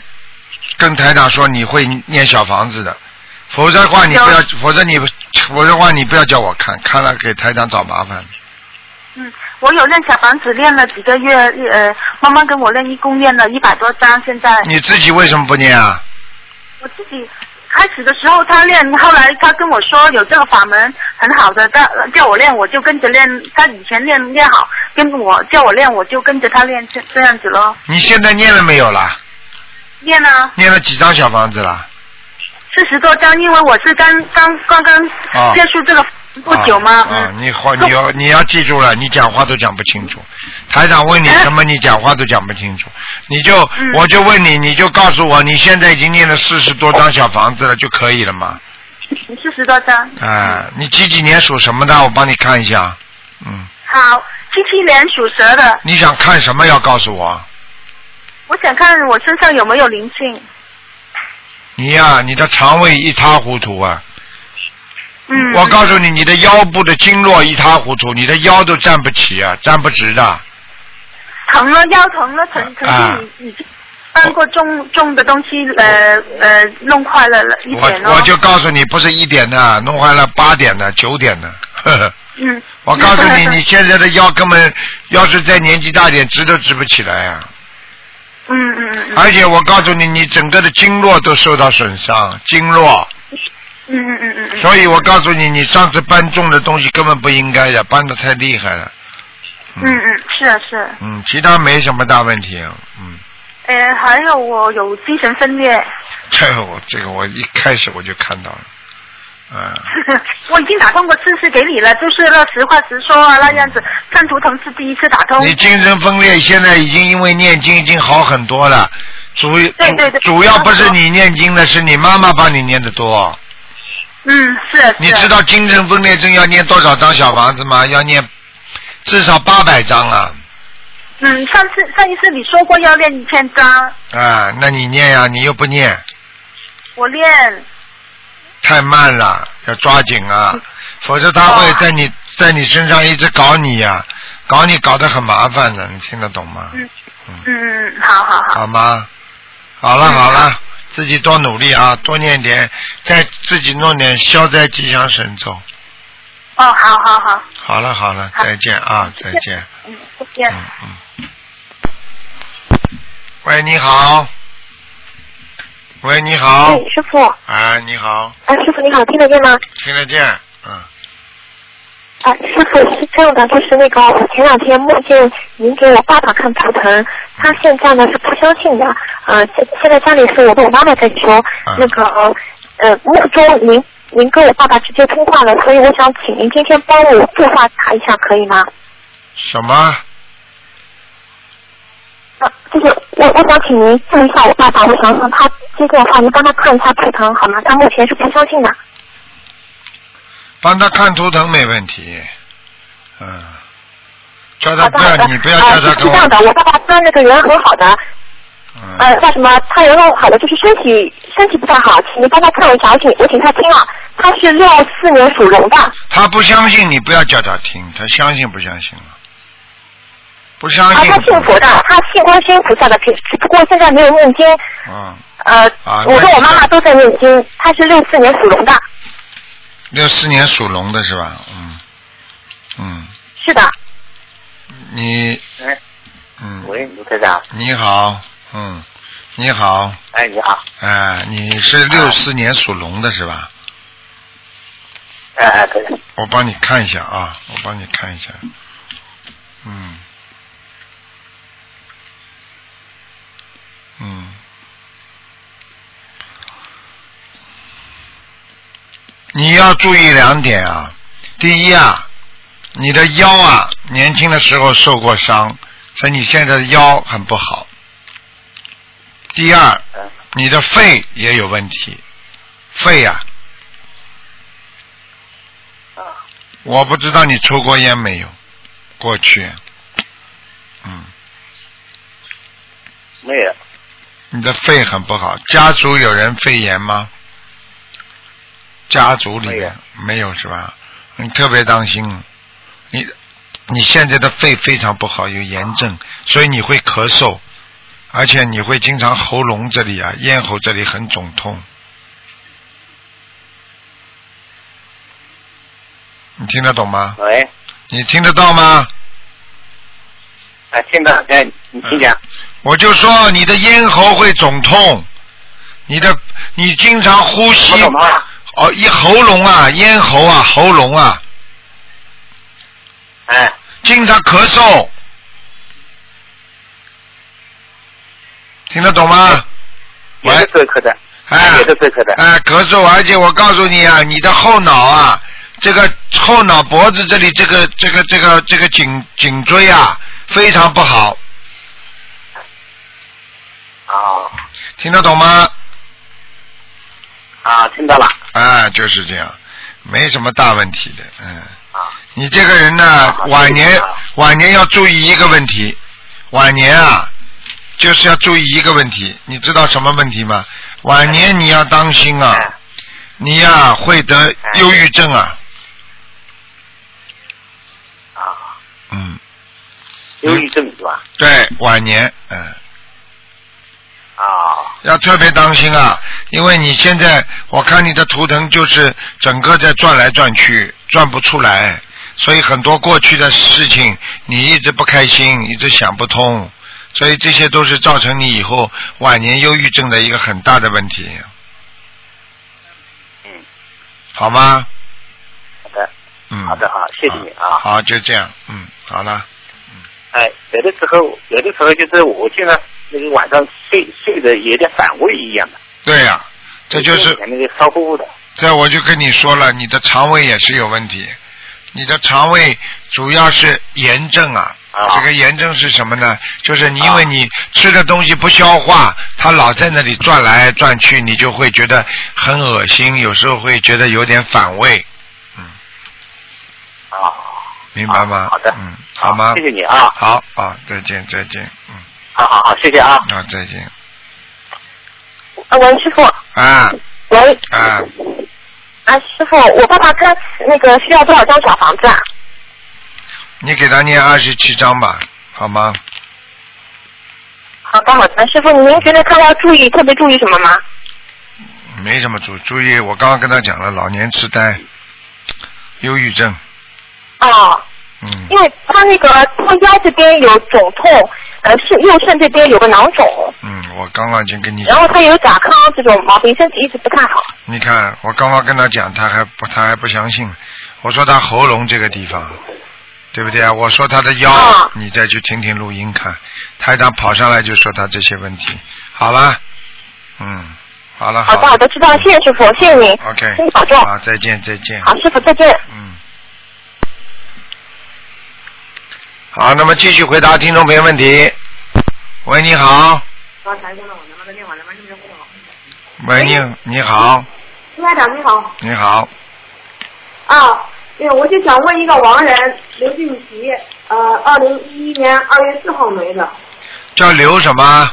跟台长说你会念小房子的，否则的话你不要，否则你否则的话你不要叫我看，看了给台长找麻烦。嗯，我有练小房子练了几个月，呃，妈妈跟我练一共练了一百多张，现在你自己为什么不念啊？我自己开始的时候他练，后来他跟我说有这个法门很好的，他叫我练我就跟着练，他以前练练好，跟我叫我练我就跟着他练，这这样子咯。你现在念了没有啦？练啊，念了几张小房子啦？四十多张，因为我是刚刚刚刚啊接触这个不久嘛，啊，啊嗯，你话你要你要记住了，你讲话都讲不清楚。台长问你什么，你讲话都讲不清楚。你就、哎嗯我就问你，你就告诉我，你现在已经念了四十多张小房子了，就可以了嘛？四十多张。啊、你几几年属什么的？我帮你看一下。嗯，好，七七年属蛇的，你想看什么要告诉我。我想看我身上有没有灵性。你呀、你的肠胃一塌糊涂啊！嗯，我告诉你，你的腰部的经络一塌糊涂，你的腰都站不起啊，站不直的。疼了，腰疼了，曾曾啊经已已经搬过重重的东西，呃呃，弄坏了了一我点哦。我就告诉你，不是一点的，弄坏了八点的、九点的。 呵呵，嗯，我告诉你，嗯你现在的腰根本要是再年纪大点，直都直不起来啊！嗯嗯嗯嗯而且我告诉你，你整个的经络都受到损伤，经络。嗯嗯嗯嗯，所以我告诉你，你上次搬重的东西根本不应该的，搬的太厉害了。嗯嗯是啊是啊，嗯，其他没什么大问题。嗯，呃，还有我有精神分裂， 这个我这个我一开始我就看到了。嗯，我已经打通过四次给你了，就是那实话实说啊，那样子看图腾是第一次打通。你精神分裂现在已经因为念经已经好很多了，主对对对主主要不是你念经的，是你妈妈帮你念的多。嗯是啊是啊，你知道精神分裂症要念多少张小房子吗？要念至少八百张啊！嗯上次上一次你说过要练一千张，啊，那你念呀、你又不念。我练太慢了，要抓紧啊，嗯否则他哦会在你在你身上一直搞你呀、搞你搞得很麻烦的，你听得懂吗？嗯嗯嗯好好好好吗？好嗯了好了，自己多努力啊，多念点，再自己弄点消灾吉祥神咒。哦好好好，好了好了，好再见啊，再见，嗯再见。嗯嗯。喂，你好。喂，你好哎，。嗯师傅，啊，你好，啊，师傅你好，听得见吗？听得见，嗯，啊，师傅是这样的，就是那个我前两天梦见您给我爸爸看图腾，他现在呢是不相信的，呃，现现在家里是我跟我妈妈在求，那个呃梦中您您跟我爸爸直接通话了，所以我想请您今天帮我电话查一下，可以吗？什么？啊，就是我我想请您救一下我爸爸，我想让他接电话，您帮他看一下图腾好吗？他目前是不相信的。帮他看图腾没问题，嗯，叫他好的不要你不要叫他好的，呃、是跟这样的，我，我爸爸他那个人很好的，嗯，呃，那什么，他人很好的，就是身体身体不太好，请您帮他看一下，我请我请他听啊，他是六四年属龙的，他不相信你不要叫他听，他相信不相信了？不相啊，信他。信佛的，他信观世音菩萨的，只只不过现在没有念经。嗯，呃，啊我那跟我妈妈都在念经，她是六四年属龙的，六四年属龙的是吧？嗯，嗯，是的，你哎，嗯，喂，卢台长，你好，嗯，你好，哎，你好，啊哎，你是六四年属龙的是吧？哎哎，对，我帮你看一下啊，我帮你看一下，嗯，嗯，你要注意两点啊，第一啊，你的腰啊，年轻的时候受过伤，所以你现在的腰很不好。第二，嗯你的肺也有问题，肺呀、啊，我不知道你抽过烟没有，过去，嗯，没有，你的肺很不好，家族有人肺炎吗？家族里面没有是吧？你特别当心，你你现在的肺非常不好，有炎症，所以你会咳嗽，而且你会经常喉咙这里啊、咽喉这里很肿痛。你听得懂吗？喂，你听得到吗？哎，听到，哎，你听见？嗯我就说你的咽喉会肿痛，你的你经常呼吸我懂了，哦，一喉咙啊，咽喉啊，喉咙啊，哎，经常咳嗽，听得懂吗？哎也是这科的，哎，也是这科的，哎，咳嗽，而且我告诉你啊，你的后脑啊，这个后脑脖子这里这个这个这个这个颈颈椎啊，非常不好，啊听得懂吗？啊，听到了，啊，就是这样，没什么大问题的，嗯。啊你这个人呢，好晚谢年谢啊晚年要注意一个问题，晚年啊，就是要注意一个问题，你知道什么问题吗？晚年你要当心啊，哎你呀、会得忧郁症啊，啊，嗯，忧郁症是吧？对，晚年，嗯，啊，要特别当心啊，因为你现在我看你的图腾就是整个在转来转去，转不出来，所以很多过去的事情你一直不开心，一直想不通，所以这些都是造成你以后晚年忧郁症的一个很大的问题，嗯，好吗？好的，嗯，好的好谢谢你啊好，就这样，嗯，好了，哎，有的时候，有的时候就是我现在那个晚上睡睡的有点反胃一样的，对呀、这就跟是以前那个烧乎乎的，这我就跟你说了，你的肠胃也是有问题，你的肠胃主要是炎症啊。啊这个炎症是什么呢？就是你因为你吃的东西不消化，它老在那里转来转去，你就会觉得很恶心，有时候会觉得有点反胃，嗯啊，明白吗？啊好的嗯，好吗？谢谢你啊，好啊，再见，再见，嗯，好好好，谢谢啊，啊，再见，呃喂，师傅，啊喂，啊，啊，师傅，我爸爸他那个需要多少张小房子啊？你给他念二十七章吧，好吗？好的，好的，师傅，您觉得他要注意，特别注意什么吗？没什么注注意，我刚刚跟他讲了，老年痴呆、忧郁症，哦，嗯因为他那个他腰这边有肿痛，呃，是右肾这边有个囊肿，嗯，我刚刚已经跟你，然后他有甲亢这种毛病，身体一直不太好。你看，我刚刚跟他讲，他还不他还不相信，我说他喉咙这个地方，对不对啊？我说他的腰，啊你再去听听录音看，台长跑上来就说他这些问题，好了，嗯，好了，好的，了好的，知道，谢谢师傅，谢谢您， ，OK，身体保重。好，再见，再见，好，师傅再见。嗯。好，那么继续回答听众朋友问题。喂，你好。喂，你你好，朱台长你好，你好，啊，对，我就想问一个亡人刘俊奇，呃，二零一一年二月四号没的，叫刘什么？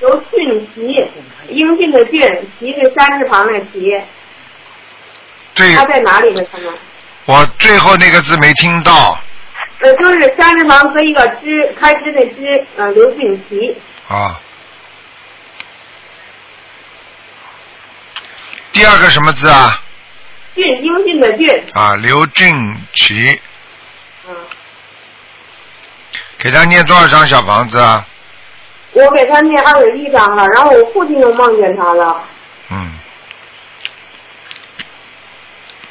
刘俊奇，英俊的俊，奇是山字旁的奇，最他在哪里呢？他们我最后那个字没听到，呃，就是三字旁跟一个支，开支那支，呃，刘俊奇。啊。第二个什么字啊？俊，英俊的俊。啊，刘俊奇。嗯。给他念多少张小房子啊？我给他念二十一章了，然后我父亲又梦见他了，嗯，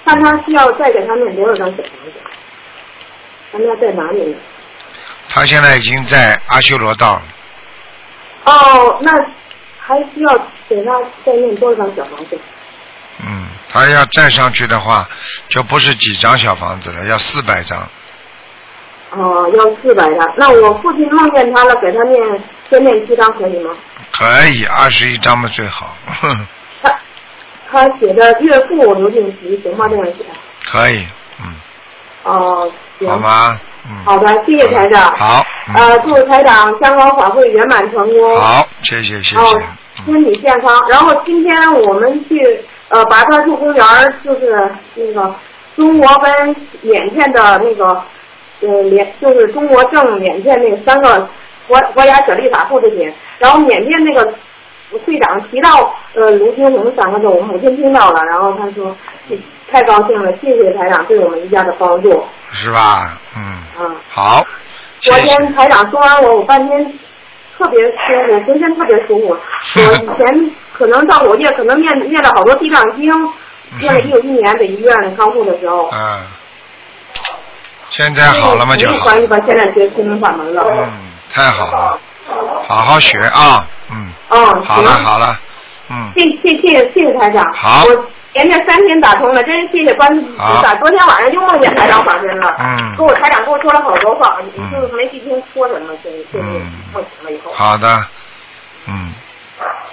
看他需要再给他念多少张小房子。他们要在哪里呢？他现在已经在阿修罗道了，哦，那还需要给他再念多少张小房子？嗯，他要再上去的话，就不是几张小房子了，要四百张。哦，要四百张。那我父亲梦见他了，给他念先念七张可以吗？可以，二十一张嘛最好， 他写的岳父刘俊奇，行吗？这样写。可以，哦，行。好吗？好的，谢谢台长。嗯好，嗯呃，祝台长香港法会圆满成功。好，谢谢谢哦谢，，身体健康。然后今天我们去呃拔川树公园儿，就是那个中国跟缅甸的那个呃缅，就是中国正缅甸那个三个国国家小立法副主席。然后缅甸那个会长提到呃卢天龙三个字，我母亲听到了，然后她说嗯太高兴了，谢谢台长对我们一家的帮助。是吧？嗯，嗯，好，谢昨谢。天台长说完我，我半天特别舒服，浑身特别舒服。我以前可能到五月，可能念念了好多地藏经，念了有一年在医院康复的时候。嗯，现在好了吗？就没有好，关系吧，现在学心灵法门了。嗯，太好了，好好学啊，嗯，嗯，好了行好了，嗯，谢谢谢谢谢谢台长。好我连着三天打通了，真是谢谢观世菩萨。好昨天晚上就梦见台长法身了，嗯跟我台长跟我说了好多话，嗯就是没记清说什么，就是就是嗯梦醒了以后。好的，嗯，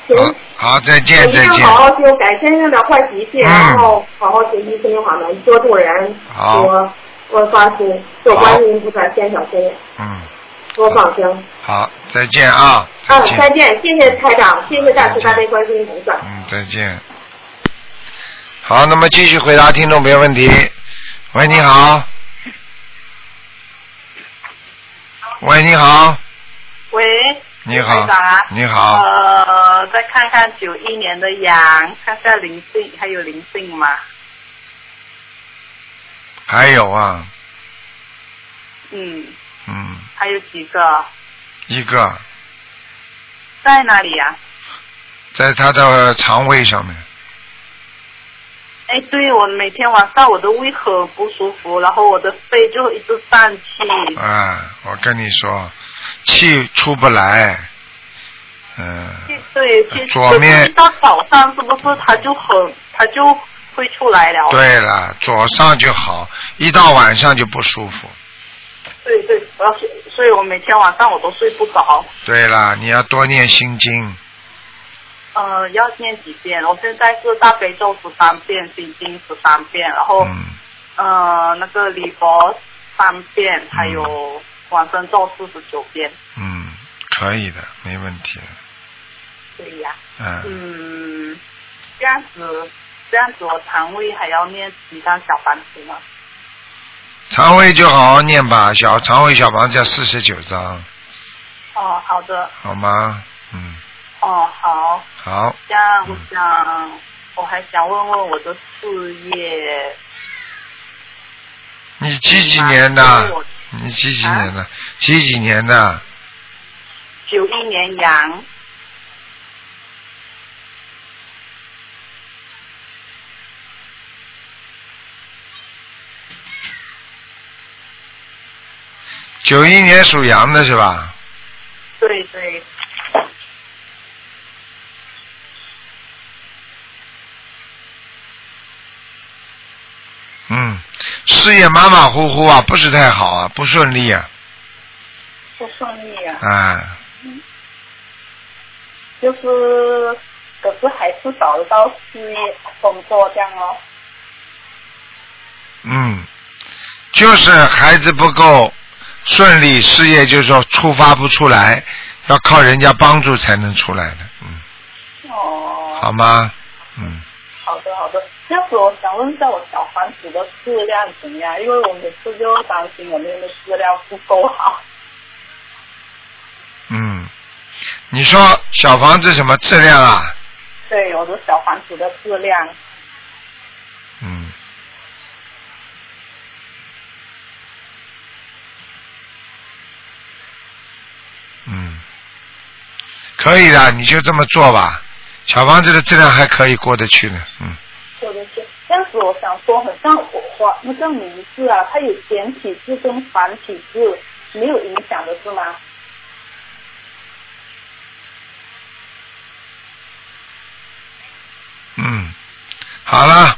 行。好，再我见一再定见，嗯好好修改，身上的坏习气，然后好好学习心灵法门，多助人，好多多发心，做观世音菩萨先小心，嗯，多放生。好，再见啊，嗯再，见，再见，谢谢台长，谢谢大慈大悲观世音菩萨。嗯，再见。好，那么继续回答听众朋友问题。喂，你好。喂，你好，喂，你好台长啊，你好呃，再看看九一年的羊，看看灵性还有灵性吗？还有啊，嗯，嗯，还有几个一个在哪里啊呀、在他的肠胃上面，哎，对，我每天晚上我的胃很不舒服，然后我的肺就一直胀气。啊，我跟你说，气出不来，嗯、对，其实左面一到早上是不是它就很，它就会出来了？对了，左上就好，一到晚上就不舒服。对对，我要睡，所以我每天晚上我都睡不着。对了，你要多念心经，呃，要念几遍？我现在是大悲咒十三遍，心经十三遍，然后、嗯呃那个礼佛三遍，还有往生咒四十九遍。嗯，可以的，没问题的，对呀、嗯。嗯，这样子，这样子我肠胃还要念几张小房子呢？肠胃就好好念吧，小肠胃小房子要四十九章，哦，好的，好吗？嗯，哦好，好，这样我想，我还想问问我的事业，你几几年的因为我？你几几年的？几几年的？九一年羊，九一年属羊的是吧？对对，嗯，事业马马虎虎啊，不是太好啊，不顺利啊，不顺利啊。啊，就是，可是还是找得到事业工作这样哦。嗯，就是孩子不够顺利，事业就是说触发不出来，要靠人家帮助才能出来的，嗯，哦，好吗？嗯，好的好的，要是我想问一下我小房子的质量怎么样？因为我每次就担心我那个质量不够好。嗯，你说小房子什么质量啊？对，我的小房子的质量，嗯，嗯，可以的，你就这么做吧。小房子的质量还可以过得去呢，嗯，说的是。但是我想说，很像我花那个名字啊，它有简体字跟繁体字，没有影响的是吗？嗯，好了，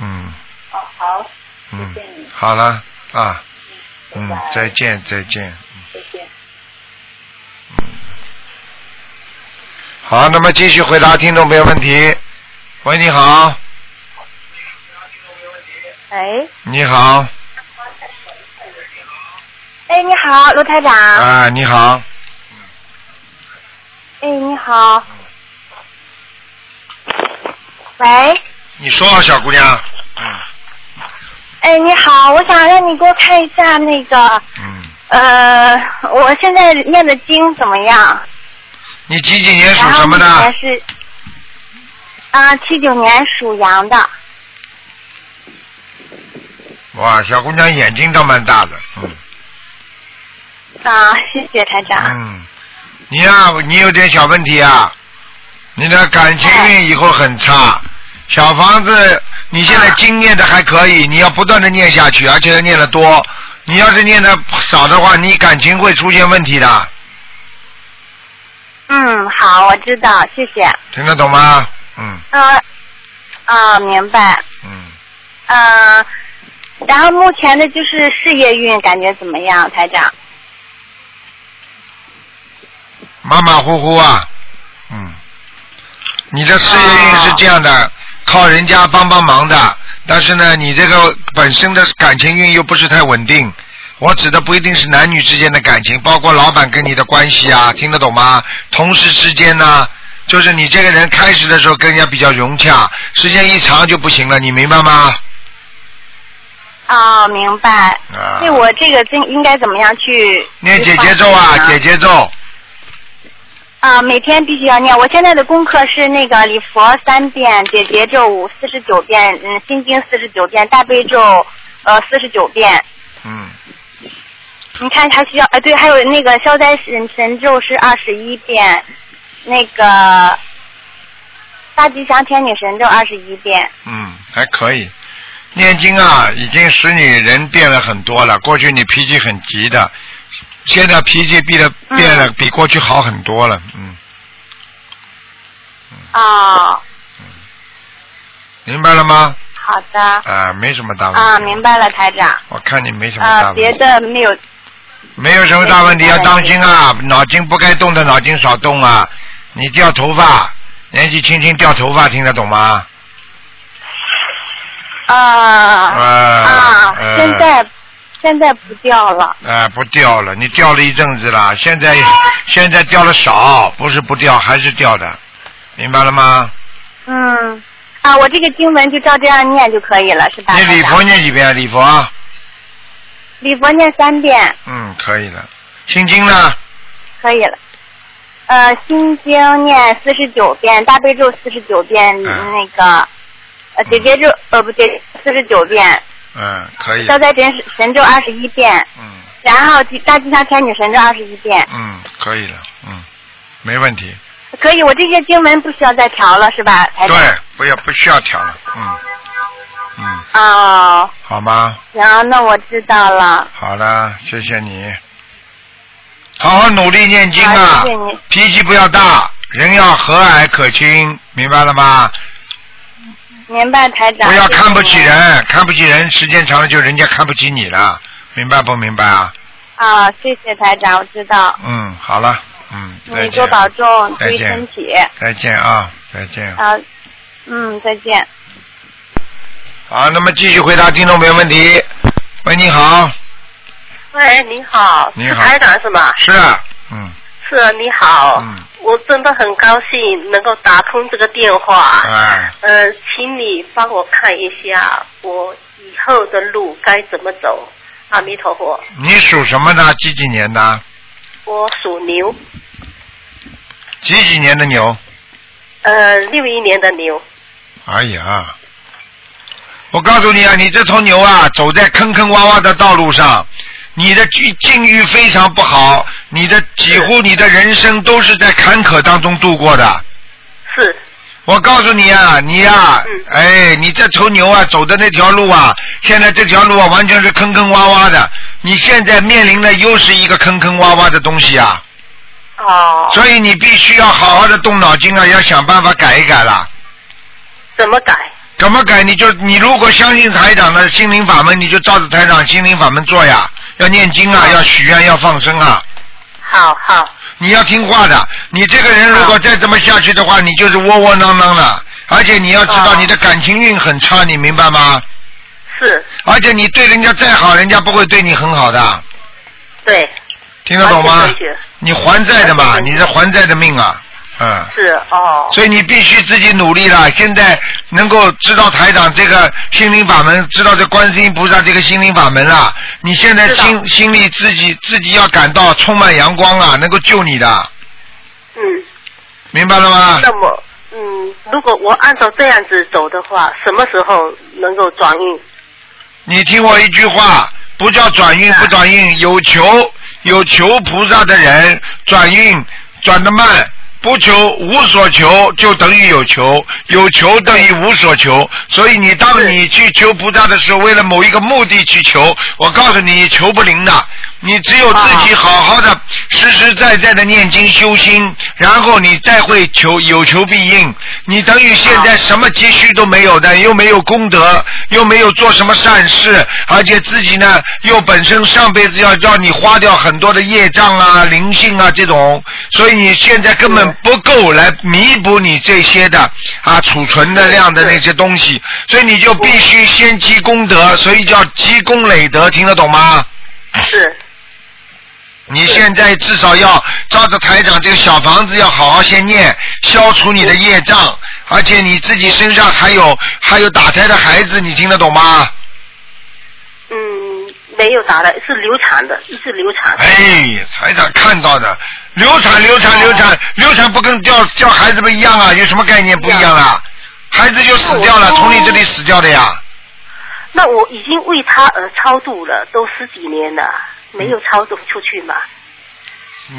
嗯哦，好，嗯谢谢你，好了啊，嗯拜拜，再见再见。再见。好，那么继续回答听众朋友问题。喂，你好，喂，你好，哎，你好，卢台长。啊，你好，哎，你好。喂，你说，小姑娘，哎，你好，我想让你给我看一下那个，嗯呃，我现在念的经怎么样？你几几年属然后什么目前的？是啊，七九年属羊的。哇，小姑娘眼睛倒蛮大的，嗯啊，谢谢台长。嗯，你呀、你有点小问题啊，你的感情哎运以后很差。小房子，你现啊在经念的还可以，你要不断的念下去，而且要念的多。你要是念的少的话，你感情会出现问题的，嗯，好，我知道，谢谢。听得懂吗？嗯啊啊，明白。嗯。嗯，然后目前的就是事业运感觉怎么样，台长？马马虎虎啊，嗯，你的事业运是这样的，靠人家帮帮忙的，但是呢，你这个本身的感情运又不是太稳定。我指的不一定是男女之间的感情，包括老板跟你的关系啊，听得懂吗？同事之间呢、就是你这个人开始的时候跟人家比较融洽，时间一长就不行了，你明白吗？哦，明白。啊那我这个应应该怎么样去？念姐姐咒啊，姐姐咒，啊，每天必须要念。我现在的功课是那个礼佛三遍，解结咒五四十九遍，嗯，心经四十九遍，大悲咒呃四十九遍。嗯，你看还需要啊？对，还有那个消灾神神咒是二十一遍，那个大吉祥天女神咒二十一遍。嗯，还可以。念经啊，已经使你人变了很多了。过去你脾气很急的，现在脾气变得变嗯了，比过去好很多了。嗯，哦，明白了吗？好的。啊，没什么大问题。啊，明白了，台长。我看你没什么大啊，问题。别的没有。没有什么大问题，要当心啊！脑筋不该动的脑筋少动啊！你掉头发，年纪轻轻掉头发，听得懂吗？啊啊、呃现在现在不掉了。哎，不掉了，你掉了一阵子了，现在啊现在掉了少，不是不掉，还是掉的，明白了吗？嗯。啊，我这个经文就照这样念就可以了，是吧？你礼佛念几遍？礼佛，礼佛念三遍嗯，可以了。心经呢？可以了。呃，心经念四十九遍，大悲咒四十九遍，嗯那个呃姐姐咒呃不对四十九遍，嗯，可以。消灾神神咒二十一遍，嗯然后吉大吉祥天女神咒二十一遍。嗯，可以了，嗯，没问题。可以，我这些经文不需要再调了，是吧，台长？对，不要不需要调了，嗯嗯，哦，好吗？行，那我知道了。好了，谢谢你，好好努力念经啊好，谢谢你。脾气不要大，人要和蔼可亲，明白了吗？明白，台长。不要谢啊谢看不起你人，看不起人，时间长了就人家看不起你了，明白不明白啊？啊！谢谢台长，我知道。嗯，好了，嗯，再你多见，保重，注再意见身体。再见啊，再见。啊，嗯，再见。好，那么继续回答听众朋友问题。喂，你好，喂，你好，你是好啊台长是吗？是，嗯，是啊你好，嗯我真的很高兴能够打通这个电话。哎，呃，请你帮我看一下我以后的路该怎么走。阿弥陀佛，你属什么的？几几年的？我属牛，几几年的牛？呃，六一年的牛。哎呀，我告诉你啊，你这头牛啊，走在坑坑洼洼的道路上，你的境境遇非常不好，你的几乎你的人生都是在坎坷当中度过的。是。我告诉你啊，你呀、嗯哎，你这头牛啊，走的那条路啊，现在这条路啊，完全是坑坑洼洼的。你现在面临的又是一个坑坑洼洼的东西啊。哦。所以你必须要好好的动脑筋啊，要想办法改一改了。怎么改？怎么改？你就你如果相信台长的心灵法门，你就照着台长心灵法门做呀，要念经哦啊，要许愿，要放生啊。好好。你要听话的，你这个人如果再这么下去的话，你就是窝窝囊囊了。而且你要知道，你的感情运很差，你明白吗？是。而且你对人家再好，人家不会对你很好的，对。听得懂吗完全正确？你还债的嘛，你是还债的命啊，嗯。是哦。所以你必须自己努力了。现在能够知道台长这个心灵法门，知道这观世音菩萨这个心灵法门了，你现在心心里自己自己要感到充满阳光啊，能够救你的，嗯。明白了吗？那么，嗯，如果我按照这样子走的话，什么时候能够转运？你听我一句话，不叫转运，不转运，有求有求菩萨的人转运转得慢，不求无所求就等于有求，有求等于无所求。所以你当你去求菩萨的时候，为了某一个目的去求，我告诉你，你求不灵的。你只有自己好好的、实实在在的念经修心，然后你再会求有求必应。你等于现在什么积蓄都没有的，又没有功德，又没有做什么善事，而且自己呢又本身上辈子要让你花掉很多的业障啊、灵性啊这种，所以你现在根本不够来弥补你这些的啊储存的量的那些东西，所以你就必须先积功德，所以叫积功累德，听得懂吗？是。你现在至少要照着台长这个小房子要好好先念，消除你的业障，而且你自己身上还有还有打胎的孩子，你听得懂吗？嗯，没有打的，是流产的，一直流产。哎，台长看到的，流产流产流产流产不跟掉掉孩子不一样啊？有什么概念不一样啊？孩子就死掉了，从你这里死掉的呀。那我已经为他而超度了，都十几年了，没有超度出去嘛。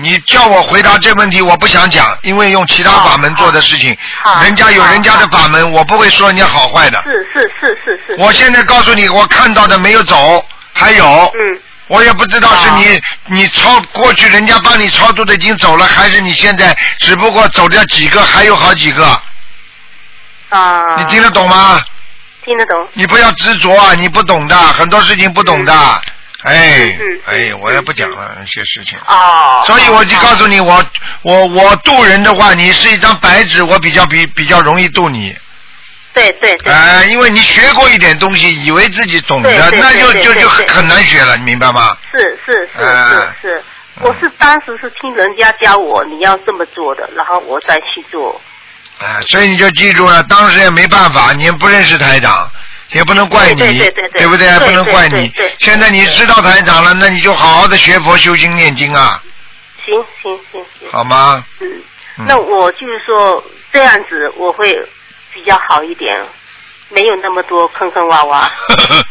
你叫我回答这问题，我不想讲，因为用其他法门做的事情，人家有人家的法门，我不会说人家好坏的。是是是是是。我现在告诉你，我看到的没有走，还有，嗯，啊我也不知道是你、你超过去人家帮你超度的已经走了，还是你现在只不过走掉几个，还有好几个，啊。嗯你听得懂吗？听得懂。你不要执着啊，你不懂的，很多事情不懂的，哎嗯嗯哎，我也不讲了那些事情。哦。所以我就告诉你，我我我渡人的话，你是一张白纸，我比较比比较容易渡你。对对对。哎，因为你学过一点东西，以为自己懂对的，对那对就对就对就对很难学了，你明白吗？是是是哎是是，我是当时是听人家教我你要这么做的，然后我再去做。哎，所以你就记住了，当时也没办法，你也不认识台长，也不能怪你，对对对对对不对？对不能怪对你对对。现在你知道台长了，那你就好好的学佛修心念经啊，行行行行，好吗？嗯，嗯那我就是说这样子我会比较好一点，没有那么多坑坑洼洼。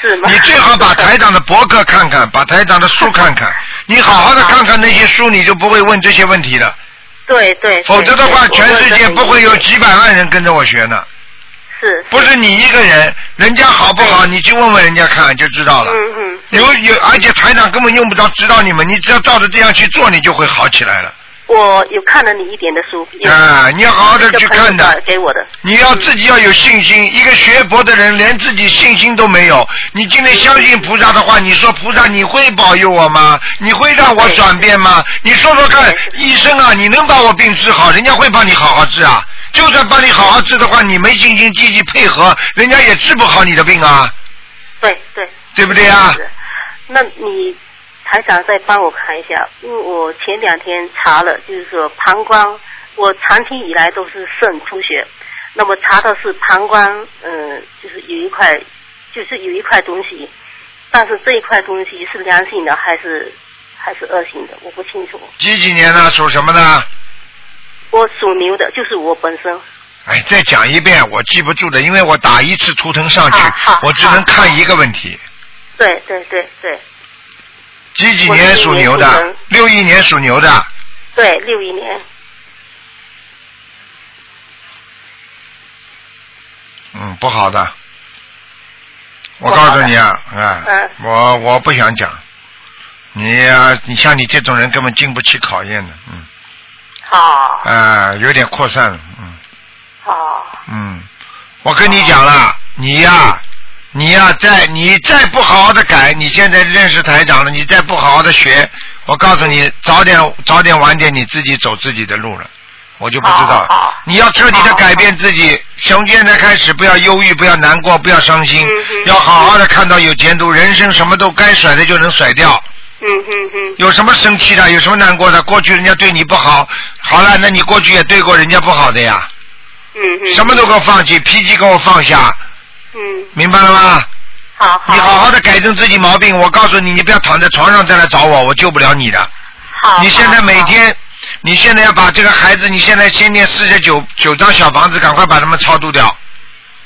是吗？你最好把台长的博客看看，把台长的书看看，你好好的看看那些书，你就不会问这些问题了。对对。否则的话，对全世界不会有几百万人跟着我学呢。是。嗯不是你一个人，人家好不好，你去问问人家看就知道了。嗯嗯。有有，而且台长根本用不着指导你们，你只要照着这样去做，你就会好起来了。我有看了你一点的书。有啊你要好好地去看的嗯一个朋友给我的。你要自己要有信心。一个学佛的人连自己信心都没有，你今天相信菩萨的话，你说菩萨你会保佑我吗？你会让我转变吗？你说说看，医生啊，你能把我病治好，人家会帮你好好治啊。就算帮你好好治的话，你没信心积极配合，人家也治不好你的病啊，对对。对不对啊？那你。台长再帮我看一下，因为我前两天查了，就是说膀胱，我长期以来都是肾出血，那么查到是膀胱，嗯、就是有一块，就是有一块东西，但是这一块东西是良性的还是还是恶性的，我不清楚。几几年的属什么的？我属牛的，就是我本身。哎，再讲一遍，我记不住的，因为我打一次图腾上去，我只能看一个问题。对对对对几几年属牛我是的？六一年属牛的，对，六一年，嗯，不好的。我告诉你啊，啊，嗯我我不想讲，你呀、你像你这种人根本经不起考验的，嗯，好，啊、有点扩散了，嗯，好，嗯，我跟你讲了，你呀、你呀、再你再不好好的改，你现在认识台长了，你再不好好的学，我告诉你，早点早点晚点你自己走自己的路了，我就不知道了。你要彻底的改变自己，从现在开始不要忧郁，不要难过，不要伤嗯心，要好好的看到有前途，人生什么都该甩的就能甩掉。嗯嗯嗯，有什么生气的，有什么难过的？过去人家对你不好，好了，那你过去也对过人家不好的呀。嗯嗯。什么都给我放弃，脾气给我放下。嗯。明白了吗？好好。你好好的改正自己毛病，我告诉你，你不要躺在床上再来找我，我救不了你的。好。你现在每天，你现在要把这个孩子，你现在先念四十九九张小房子，赶快把他们超度掉。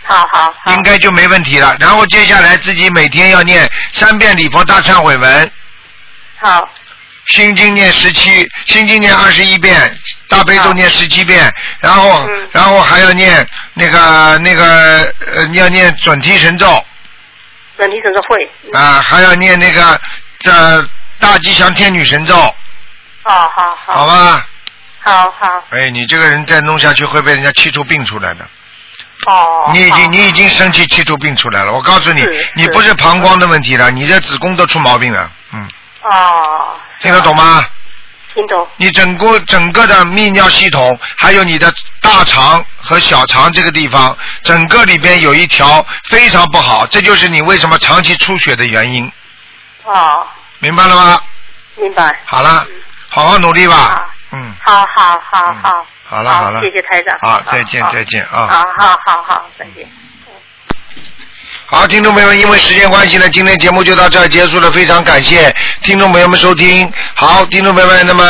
好好。应该就没问题了。然后接下来自己每天要念三遍礼佛大忏悔文。好。心经念十七，心经念二十一遍，大悲咒念十七遍，然后、然后还要念那个那个呃，要念准提神咒啊、整体整个会，还要念那个这、大吉祥天女神咒，好好好，好吧？好好，哎，你这个人再弄下去会被人家气出病出来的。哦。你已经你已经生气气出病出来了，我告诉你是，你是不是膀胱的问题了，你的子宫都出毛病了，嗯。哦，听得懂吗？听懂，你整个整个的泌尿系统，还有你的大肠和小肠这个地方，整个里边有一条非常不好，这就是你为什么长期出血的原因，哦，明白了吗？明白，好了，好好努力吧。好好好好，好了嗯好了，谢谢台长，好，再见再见啊。好好好好，再见。好，听众朋友们，因为时间关系呢，今天节目就到这儿结束了，非常感谢听众朋友们收听。好，听众朋友们，那么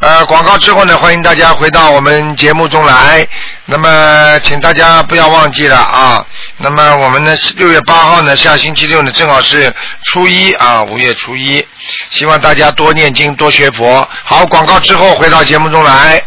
呃，广告之后呢，欢迎大家回到我们节目中来。那么，请大家不要忘记了啊。那么我们呢，六月八号呢，下星期六呢，正好是初一啊，五月初一，希望大家多念经，多学佛。好，广告之后回到节目中来。